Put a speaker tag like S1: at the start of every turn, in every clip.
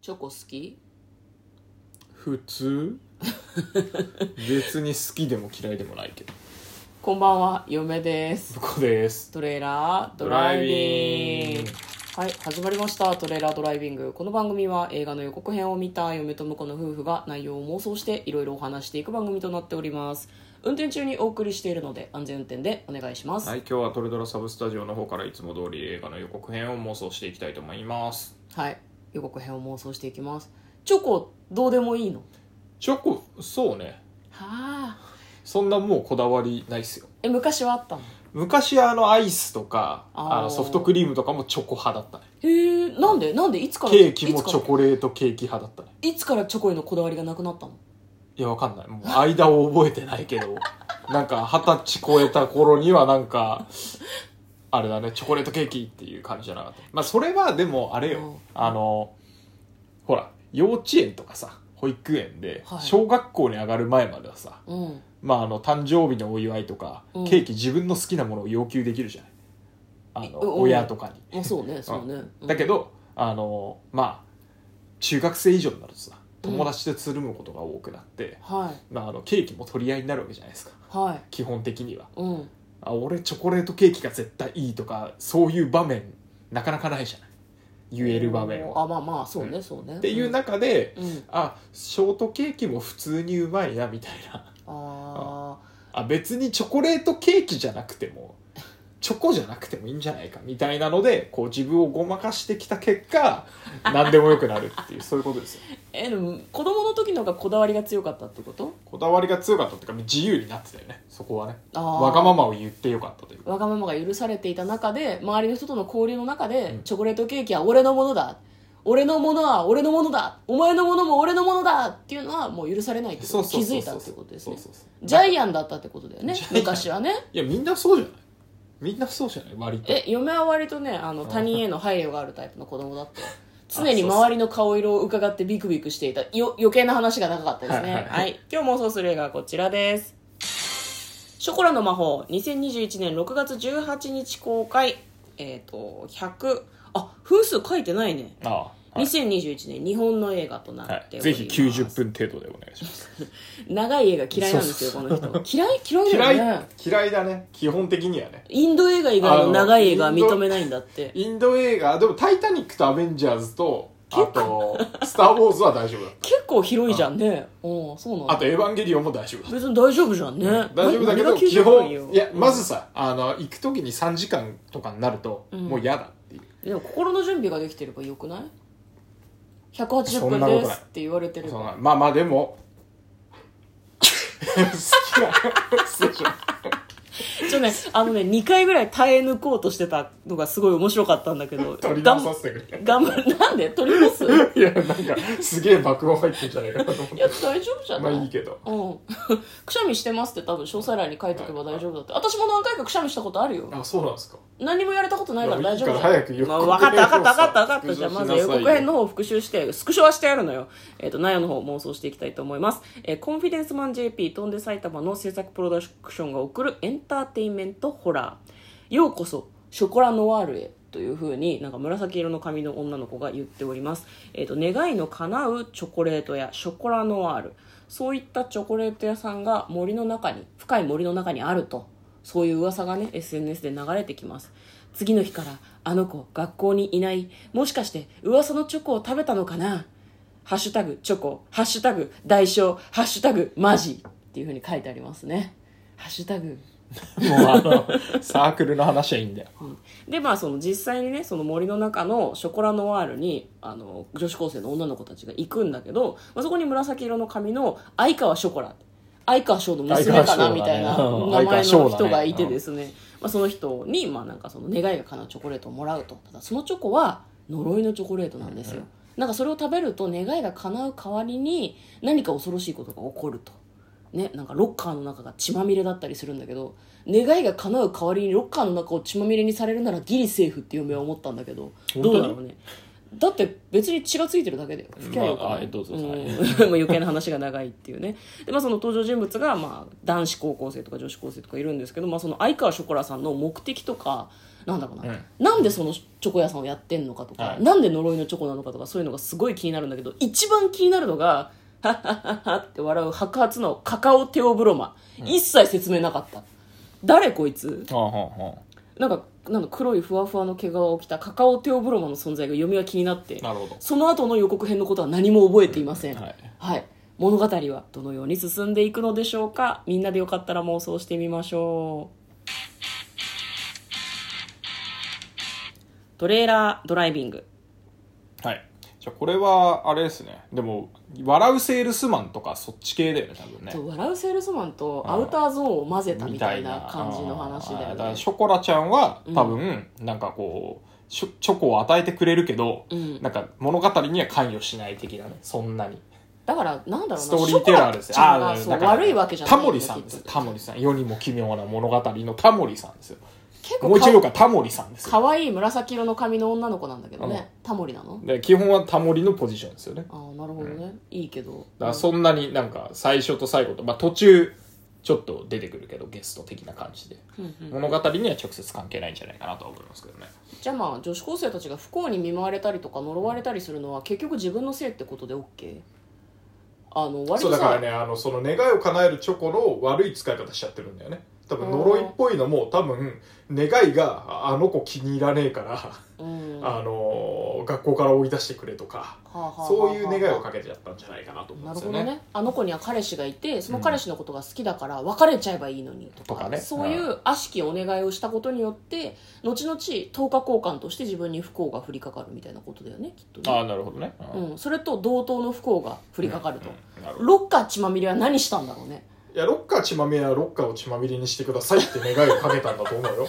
S1: チョコ好き
S2: 普 通別に好きでも嫌いでもないけど
S1: こんばんは嫁です
S2: そこです
S1: トレーラード
S2: ド
S1: ラ
S2: ラ
S1: イ
S2: イ
S1: ビ
S2: ビ
S1: ン
S2: ン
S1: グ
S2: グ
S1: はい始まりましたトレーラードライビングこの番組は映画の予告編を見た嫁と婿の夫婦が内容を妄想していろいろお話していく番組となっております運転中にお送りしているので安全運転でお願いします
S2: はい今日はトレドラサブスタジオの方からいつも通り映画の予告編を妄想していきたいと思います
S1: はい予告編を妄想していきますチョコどうでもいいの
S2: チョコそうね
S1: はあ
S2: そんなもうこだわりないっすよ
S1: え昔はあったの
S2: 昔あのアイスとか
S1: あー
S2: あのソフトクリームとかもチョコ派だったね
S1: へえなんでなんでいつから
S2: ケーキも
S1: いつ
S2: チ
S1: か
S2: ョ
S1: ら
S2: コレートケーキ派だったね
S1: いつからチョコへのこだわりがなくなったの
S2: いやわかんないもう間を覚えてないけどなんか二十歳超えた頃にはなんかあれだねチョコレートケーキっていう感じじゃなかったまあそれはでもあれ
S1: うん
S2: よあのほら幼稚園とかさ保育園で
S1: はい
S2: 小学校に上がる前まではさ、
S1: うん
S2: まああの誕生日のお祝いとか、
S1: うん
S2: ケーキ自分の好きなものを要求できるじゃないあの、
S1: うん
S2: 親とかに、
S1: まあそうねそうね、うん
S2: だけどあのまあ中学生以上になるとさ
S1: うん
S2: 友達でつるむことが多くなって、
S1: はい
S2: まあ、あのケーキも取り合いになるわけじゃないですか
S1: はい
S2: 基本的には
S1: うん
S2: あ俺チョコレートケーキが絶対いいとかそういう場面なかなかないじゃない言える場面
S1: あ
S2: は
S1: まあまあそうね、そうね
S2: っていう中で、
S1: うん、うん
S2: あショートケーキも普通にうまいなみたいな
S1: ああ
S2: あ別にチョコレートケーキじゃなくてもチョコじゃなくてもいいんじゃないかみたいなのでこう自分をごまかしてきた結果何でもよくなるっていうそういうことですよ
S1: えでも子供の時の方がこだわりが強かったってこと
S2: こだわりが強かったっていうか自由になってたよねそこはね
S1: ああ
S2: わがままを言ってよかったというか
S1: わがままが許されていた中で周りの人との交流の中で、
S2: うん
S1: チョコレートケーキは俺のものだ俺のものは俺のものだお前のものも俺のものだっていうのはもう許されないってこと
S2: そうそうそうそ
S1: 気
S2: う
S1: づいたってことですね
S2: そうそうそう
S1: ジャイアンだったってことだよね
S2: ジャイアン
S1: 昔はね
S2: いやみんなそうじゃないみんなそうじゃない割と
S1: え嫁は割とねあの他人への配慮があるタイプの子供だって 常に周りの顔色を伺ってビクビクしていたよ余計な話が長かったですねは
S2: はいいはいはい
S1: 今日妄想する映画はこちらです「ショコラの魔法」2021年6月18日公開えっ、と100あ分数書いてないね
S2: ああ、はい
S1: 2021年日本の映画となって
S2: は
S1: おりま
S2: い、
S1: す、
S2: ぜひ90分程度でお願いします
S1: 長い映画嫌いなんですよ
S2: そ
S1: こ
S2: う
S1: の人嫌い嫌いだよね
S2: 嫌い嫌いだね基本的にはね
S1: インド映画以外の長い映画は認めないんだって
S2: インド映画でも「タイタニック」と「アベンジャーズ」とあと「スター・ウォーズ」は大丈夫だ
S1: 結構広いじゃんねうんそうなんだ
S2: あと「エヴァンゲリオン」も大丈夫だ
S1: 別に大丈夫じゃんね
S2: 大丈夫だけど
S1: 何が
S2: 基
S1: 90
S2: 本
S1: 分よ
S2: いやまずさあの行く時に3時間とかになると
S1: うん
S2: もう嫌だっていう
S1: でも心の準備ができてればよくない180
S2: そん
S1: 分
S2: なこと
S1: で
S2: ない
S1: すって言われてれ
S2: そ
S1: ば
S2: うまあまあ でも好きなそうじゃん
S1: ちょねあのね2回ぐらい耐え抜こうとしてたのがすごい面白かったんだけど
S2: 取り
S1: が
S2: 直
S1: ん
S2: させてくれ
S1: 頑張なんで取ります い
S2: いやなんかすげえ爆音入ってんじゃないかなと思って
S1: や大丈夫じゃ
S2: ま
S1: な
S2: あ
S1: い、
S2: いいけど
S1: うん、 くしゃみしてますって多分詳細欄に書いとけば大丈夫だって私も何回かくしゃみしたことあるよ
S2: あそうなんですか
S1: 何も言われたことないから大丈夫だよ
S2: いやいいから早く予
S1: ま
S2: 告
S1: あ、
S2: 編
S1: 分かった分かった分かった分かった
S2: を
S1: じゃあま
S2: し
S1: ず
S2: なさい
S1: 予
S2: よ
S1: 告編の方を復習してスクショはしてあるのよえっ、とナヤの方を妄想していきたいと思います、えーコンフィデンスマン JP 飛んで埼玉の制作プロダクションが送るエンターテインメントホラーようこそショコラノワールへというふうになんか紫色の髪の女の子が言っております、えっと願いの叶うチョコレートやショコラノワールそういったチョコレート屋さんが森の中に深い森の中にあるとそういう噂がね SNS で流れてきます次の日からあの子学校にいないもしかして噂のチョコを食べたのかなハッシュタグチョコハッシュタグ代償ハッシュタグマジっていうふうに書いてありますねハッシュタグ
S2: もうあのサークルの話はいいんだよ
S1: でまあその実際にねその森の中のショコラノワールにあの女子高生の女の子たちが行くんだけど、まあ、そこに紫色の髪の相川ショコラ相川翔の娘
S2: 相
S1: か
S2: 川翔だ
S1: な
S2: ね
S1: みたいな
S2: う
S1: 名
S2: ん
S1: 前
S2: 相川翔だ
S1: の
S2: ね
S1: 人がいてですね、まあ、その人にまあなんかその願いが叶うチョコレートをもらうとただそのチョコは呪いのチョコレートなんですよ、なんかそれを食べると願いが叶う代わりに何か恐ろしいことが起こると。ね、なんかロッカーの中が血まみれだったりするんだけど願いが叶う代わりにロッカーの中を血まみれにされるならギリセーフって嫁は思ったんだけど
S2: 本
S1: ど
S2: 当
S1: う
S2: に
S1: だろうねだって別に血がついてるだけだよ拭きゃよく
S2: まあ
S1: な
S2: はいいどうぞ
S1: ん
S2: はい
S1: まあ余計な話が長いっていうねで、まあ、その登場人物がまあ男子高校生とか女子高生とかいるんですけど、まあ、その相川ショコラさんの目的とかなんだろうな、
S2: うん
S1: なんでそのチョコ屋さんをやってんのかとか、
S2: はい
S1: なんで呪いのチョコなのかとかそういうのがすごい気になるんだけど一番気になるのが「はっはっはっは」って笑う白髪のカカオテオブロマ、一切説明なかった誰こいつ
S2: はあはあは
S1: なんかなんか黒いふわふわの毛皮を着たカカオテオブロマの存在が読みは気になって
S2: あなるほど
S1: その後の予告編のことは何も覚えていません、
S2: はい
S1: はい、物語はどのように進んでいくのでしょうかみんなでよかったら妄想してみましょうトレーラードライビング
S2: はいじゃあこれはあれですねでも笑うセールスマンとかそっち系だよね多分ね
S1: そう笑うセールスマンとアウターゾーンを混ぜたみたいな感じの話だ
S2: あ
S1: よ
S2: ーだから
S1: ね
S2: ショコラちゃんは多分、なんかこうしょチョコを与えてくれるけど、
S1: うん
S2: なんか物語には関与しない的なねそんなに
S1: だからなんだろうな
S2: ストーリーテラーです
S1: ショコラちゃんがそう
S2: だから
S1: 悪いわけじゃない
S2: タ
S1: んだ
S2: モリさんです
S1: きっと
S2: タモリさん世にも奇妙な物語のタモリさんですよ
S1: 結構
S2: もう一度がタモリさんですよ
S1: かわいい紫色の髪の女の子なんだけどねタモリなの
S2: で基本はタモリのポジションですよね
S1: ああなるほどね、いいけど
S2: だからそんなになんか最初と最後と、まあ、途中ちょっと出てくるけどゲスト的な感じで、
S1: うんうん
S2: 物語には直接関係ないんじゃないかなとは思いますけどね
S1: じゃあまあ女子高生たちが不幸に見舞われたりとか呪われたりするのは結局自分のせいってことで OK? あの割
S2: そ
S1: と
S2: うだから
S1: さ、
S2: ねあのその願いを叶えるチョコの悪い使い方しちゃってるんだよね多分呪いっぽいのも多分願いがああの子気に入らねえから、
S1: うん、は
S2: あの学校から追い出してくれとか
S1: あはあはあはあ
S2: そういう願いをかけちゃったんじゃないかなと思うん
S1: な
S2: で
S1: るほ
S2: すよ
S1: ど
S2: ね
S1: ねあの子には彼氏がいてその彼氏のことが好きだから別れちゃえばいいのにと
S2: と
S1: か,、
S2: かね
S1: そういう悪しきお願いをしたことによって後々等価交換として自分に不幸が降りかかるみたいなことだよねきっとね、
S2: あなるほどね、うん
S1: うん、それと同等の不幸が降りかかると、
S2: うんなるほど
S1: ロッカー血まみれは何したんだろうね
S2: いやロッカー血まみれはロッカーを血まみれにしてくださいって願いをかけたんだと思 うよ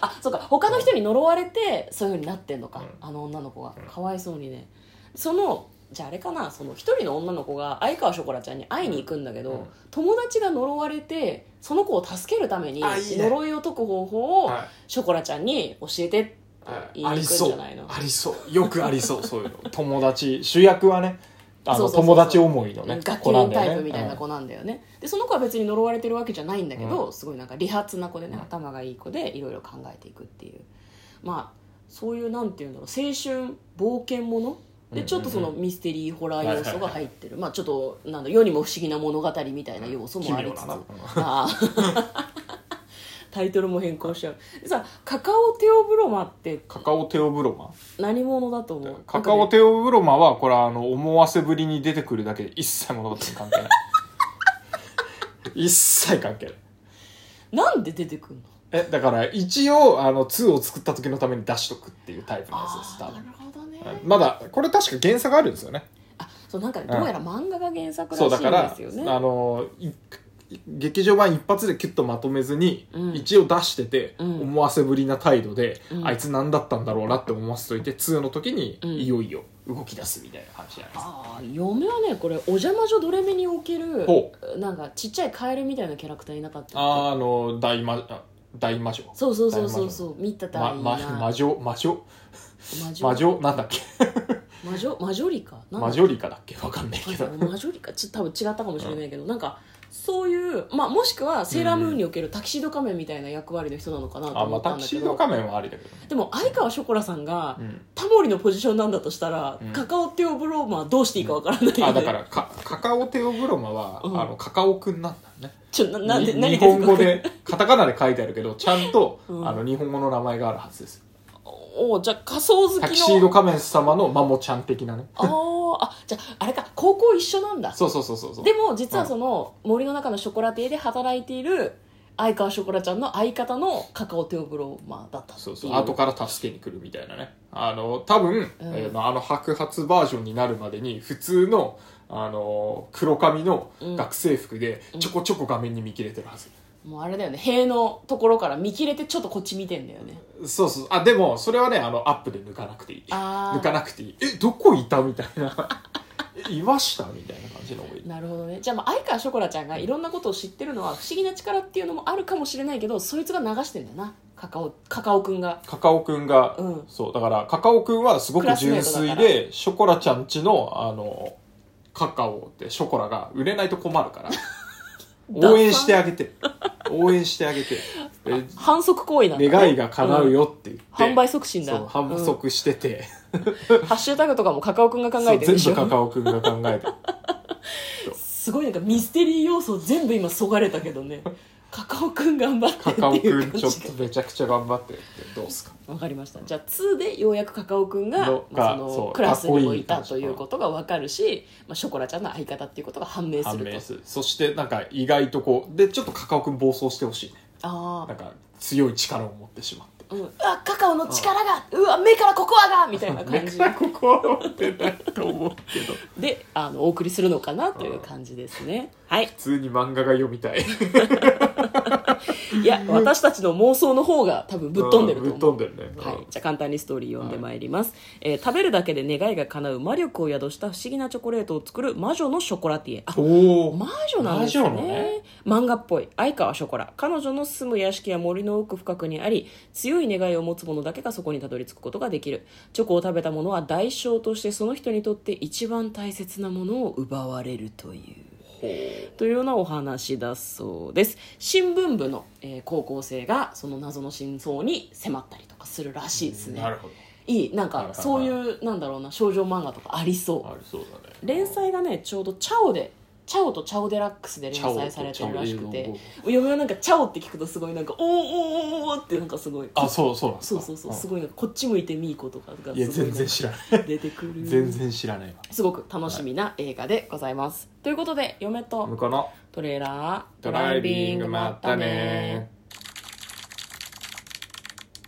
S1: あそうか他の人に呪われてそういうふうになってんのか、
S2: うん
S1: あの女の子が
S2: うん
S1: かわいそうにねそのじゃああれかなその一人の女の子が相川ショコラちゃんに会いに行くんだけど、
S2: うん
S1: 友達が呪われてその子を助けるために
S2: あいいね
S1: 呪いを解く方法を
S2: はい
S1: ショコラちゃんに教えてって
S2: はい
S1: 言い
S2: あ
S1: に
S2: り
S1: 行くん
S2: そ
S1: じゃ
S2: う
S1: ないの
S2: ありそうよくあり そうそういうの友達主役はねあ
S1: そう
S2: の
S1: そうそう
S2: 友達思いの
S1: う
S2: ね
S1: んガキ
S2: 子な
S1: の
S2: んだ
S1: タイ
S2: よ
S1: プ
S2: ね
S1: みたいな
S2: うん
S1: 子なんだよね、でその子は別に呪われてるわけじゃないんだけど、すごいなんか理髪な子でね
S2: うん
S1: 頭がいい子でいろいろ考えていくっていうまあそういうなんていうんだろう青春冒険もの
S2: うんうんう
S1: で
S2: ん
S1: ちょっとそのミステリーホラー要素が入ってる、まあちょっとなんだ世にも不思議な物語みたいな要素もありつつ、
S2: 奇妙だな
S1: ああ タイトルも変更しちゃうでさカカオテオブロマって
S2: カカオテオブロマ
S1: 何者だと思う
S2: カカオテオブロマはこれはあの思わせぶりに出てくるだけで一切物語に 関係ない一切関係ない
S1: なんで出てくるの
S2: えだから一応あの2を作った時のために出しとくっていうタイプのやつです多
S1: あーな
S2: 分
S1: るほどね、
S2: うんまだこれ確か原作あるんですよね
S1: あそうなんかね
S2: うん
S1: どうやら漫画が原作らし
S2: そうだか
S1: いん
S2: ら、
S1: ですよ
S2: あ
S1: ね
S2: のい劇場版一発でキュッとまとめずに、
S1: うん
S2: 一応出してて、
S1: うん
S2: 思わせぶりな態度で、
S1: うん
S2: あいつ何だったんだろうなって思わせといて2の時に、
S1: うん
S2: いよいよ動き出すみたいな感じじゃないですか
S1: ああ嫁はねこれお邪魔女ドレミにおける
S2: ほ
S1: なんかちっちゃいカエルみたいなキャラクターいなかったっけ
S2: あーあの大魔あ大魔女
S1: そうそうそうそうそう見てたら
S2: ま
S1: いいな
S2: ま魔女魔女
S1: 魔女
S2: 魔女なんだっけ
S1: 魔女魔女リカなんだ
S2: 魔女リカだっけわかんないけど
S1: マジョリかちょっと多分違ったかもしれないけど、なんかそういう、まあ、もしくはセーラームーンにおけるタキシード仮面みたいな役割の人なのかなと
S2: あま
S1: 思
S2: あ
S1: った
S2: タ
S1: ん
S2: キ
S1: だ
S2: シ
S1: け
S2: ー
S1: ど、
S2: ド仮面はありだけどね
S1: でも相川ショコラさんが、
S2: うん
S1: タモリのポジションなんだとしたら、
S2: うん
S1: カカオテオブローマはどうしていいかわからないよ、ね
S2: あだからかカカオテオブロマは、
S1: うん
S2: あのカカオくんなんだね
S1: ちょななんで
S2: に
S1: 何
S2: 日
S1: ですか
S2: 本語でカタカナで書いてあるけどちゃんと、
S1: うん
S2: あの日本語の名前があるはずです
S1: おおじゃあ仮想好きの
S2: タキシード仮面様のマモちゃん的なね
S1: あーあじゃああれか高校一緒なんだ
S2: そうそうそうそうそう
S1: でも実はその森の中のショコラティエで働いている相川ショコラちゃんの相方のカカオテオブローマーだったってい
S2: そうそう後から助けに来るみたいなねあの多分、えーあの白髪バージョンになるまでに普通のあの黒髪の
S1: うん
S2: 学生服でちょこちょこ画面に見切れてるはず、
S1: もうあれだよね塀のところから見切れてちょっとこっち見てんだよね
S2: そうそうあでもそれはねあのアップで抜かなくていい
S1: あー
S2: 抜かなくていいえどこいたみたいな えいましたみたいな感じの覚え
S1: なるほどねじゃあまあ相川ショコラちゃんがいろんなことを知ってるのは不思議な力っていうのもあるかもしれないけどそいつが流してんだよなカカオカカオくんが
S2: カカオくんが、
S1: うん
S2: そうだからカカオくんはすごく純
S1: クラ
S2: 粋
S1: スメートだ
S2: でショコラ ちゃんちのあのカカオってショコラが売れないと困るから応援してあげて応援してあげてえ
S1: 反則行為なんだ、ね、
S2: 願いが叶うよって言って、
S1: うん販売促進だ
S2: そう販売促してて、
S1: うんハッシュタグとかもカカオくんが考
S2: そ
S1: え
S2: う
S1: てる
S2: 全
S1: でし
S2: 部カ
S1: ょ
S2: カオくんが考えた
S1: すごいなんかミステリー要素全部今そがれたけどねカカオくん頑張って
S2: カ
S1: って
S2: カオ
S1: い
S2: く
S1: うん感
S2: ちょっ
S1: じ
S2: とめちゃくちゃ頑張ってるってど うすか
S1: わかりましたじゃあ2でようやくカカオくんが
S2: の
S1: まあ
S2: が
S1: その
S2: そう
S1: クラスにもい
S2: か
S1: た
S2: っこいい
S1: ということがわかるし、まあ、ショコラちゃんの相方っていうことが判明す
S2: 判
S1: る
S2: 明
S1: と
S2: するそしてなんか意外とこうでちょっとカカオくん暴走してほしいね
S1: あ
S2: なんか強い力を持ってしまって
S1: あ、うん、うわカカオの力がうわ目からココアがみたいな
S2: 目
S1: 感じ
S2: からここは持ってないと思うけど普
S1: であのお送りするのかなという感じですねはい
S2: 通に漫画が読みたい
S1: いや私たちの妄想の方が多分ぶっ飛んでると思う
S2: ぶっ飛んでるね、
S1: はい、じゃあ簡単にストーリー読んでまいります、えー食べるだけで願いが叶う魔力を宿した不思議なチョコレートを作る魔女のショコラティエあ
S2: おお
S1: 魔女なんですね
S2: 魔女のね
S1: 漫画っぽい相川ショコラ彼女の住む屋敷や森の奥深くにあり強い願いを持つ者だけがそこにたどり着くことができるチョコを食べた者は代償としてその人にとって一番大切なものを奪われるというというようなお話だそうです新聞部の、えー高校生がその謎の真相に迫ったりとかするらしいですね
S2: なるほど
S1: いいなん
S2: はい
S1: か
S2: はいはい
S1: そういうなんだろうな少女漫画とかありそ
S2: ありそうだね
S1: う連載がねちょうど「チャオ」で「チャオ」と「チャオ・デラックス」で連載されてるらしく
S2: チャオ
S1: て
S2: とチ
S1: 嫁はなんか「チャオ」って聞くとすごいなんか「おーおーおーおーってなんかすごい
S2: あそうそうなんです
S1: そ
S2: か
S1: うそうそうす
S2: ん
S1: ごいなんかこっち向いてみーことかが
S2: いや
S1: すごい
S2: 全
S1: なん
S2: 然
S1: か
S2: 知らない
S1: 出てくる
S2: 全然知らないわ
S1: すごく楽しみな映画でございますということで嫁と
S2: 向こうの
S1: トレーラード
S2: ドライビングまったね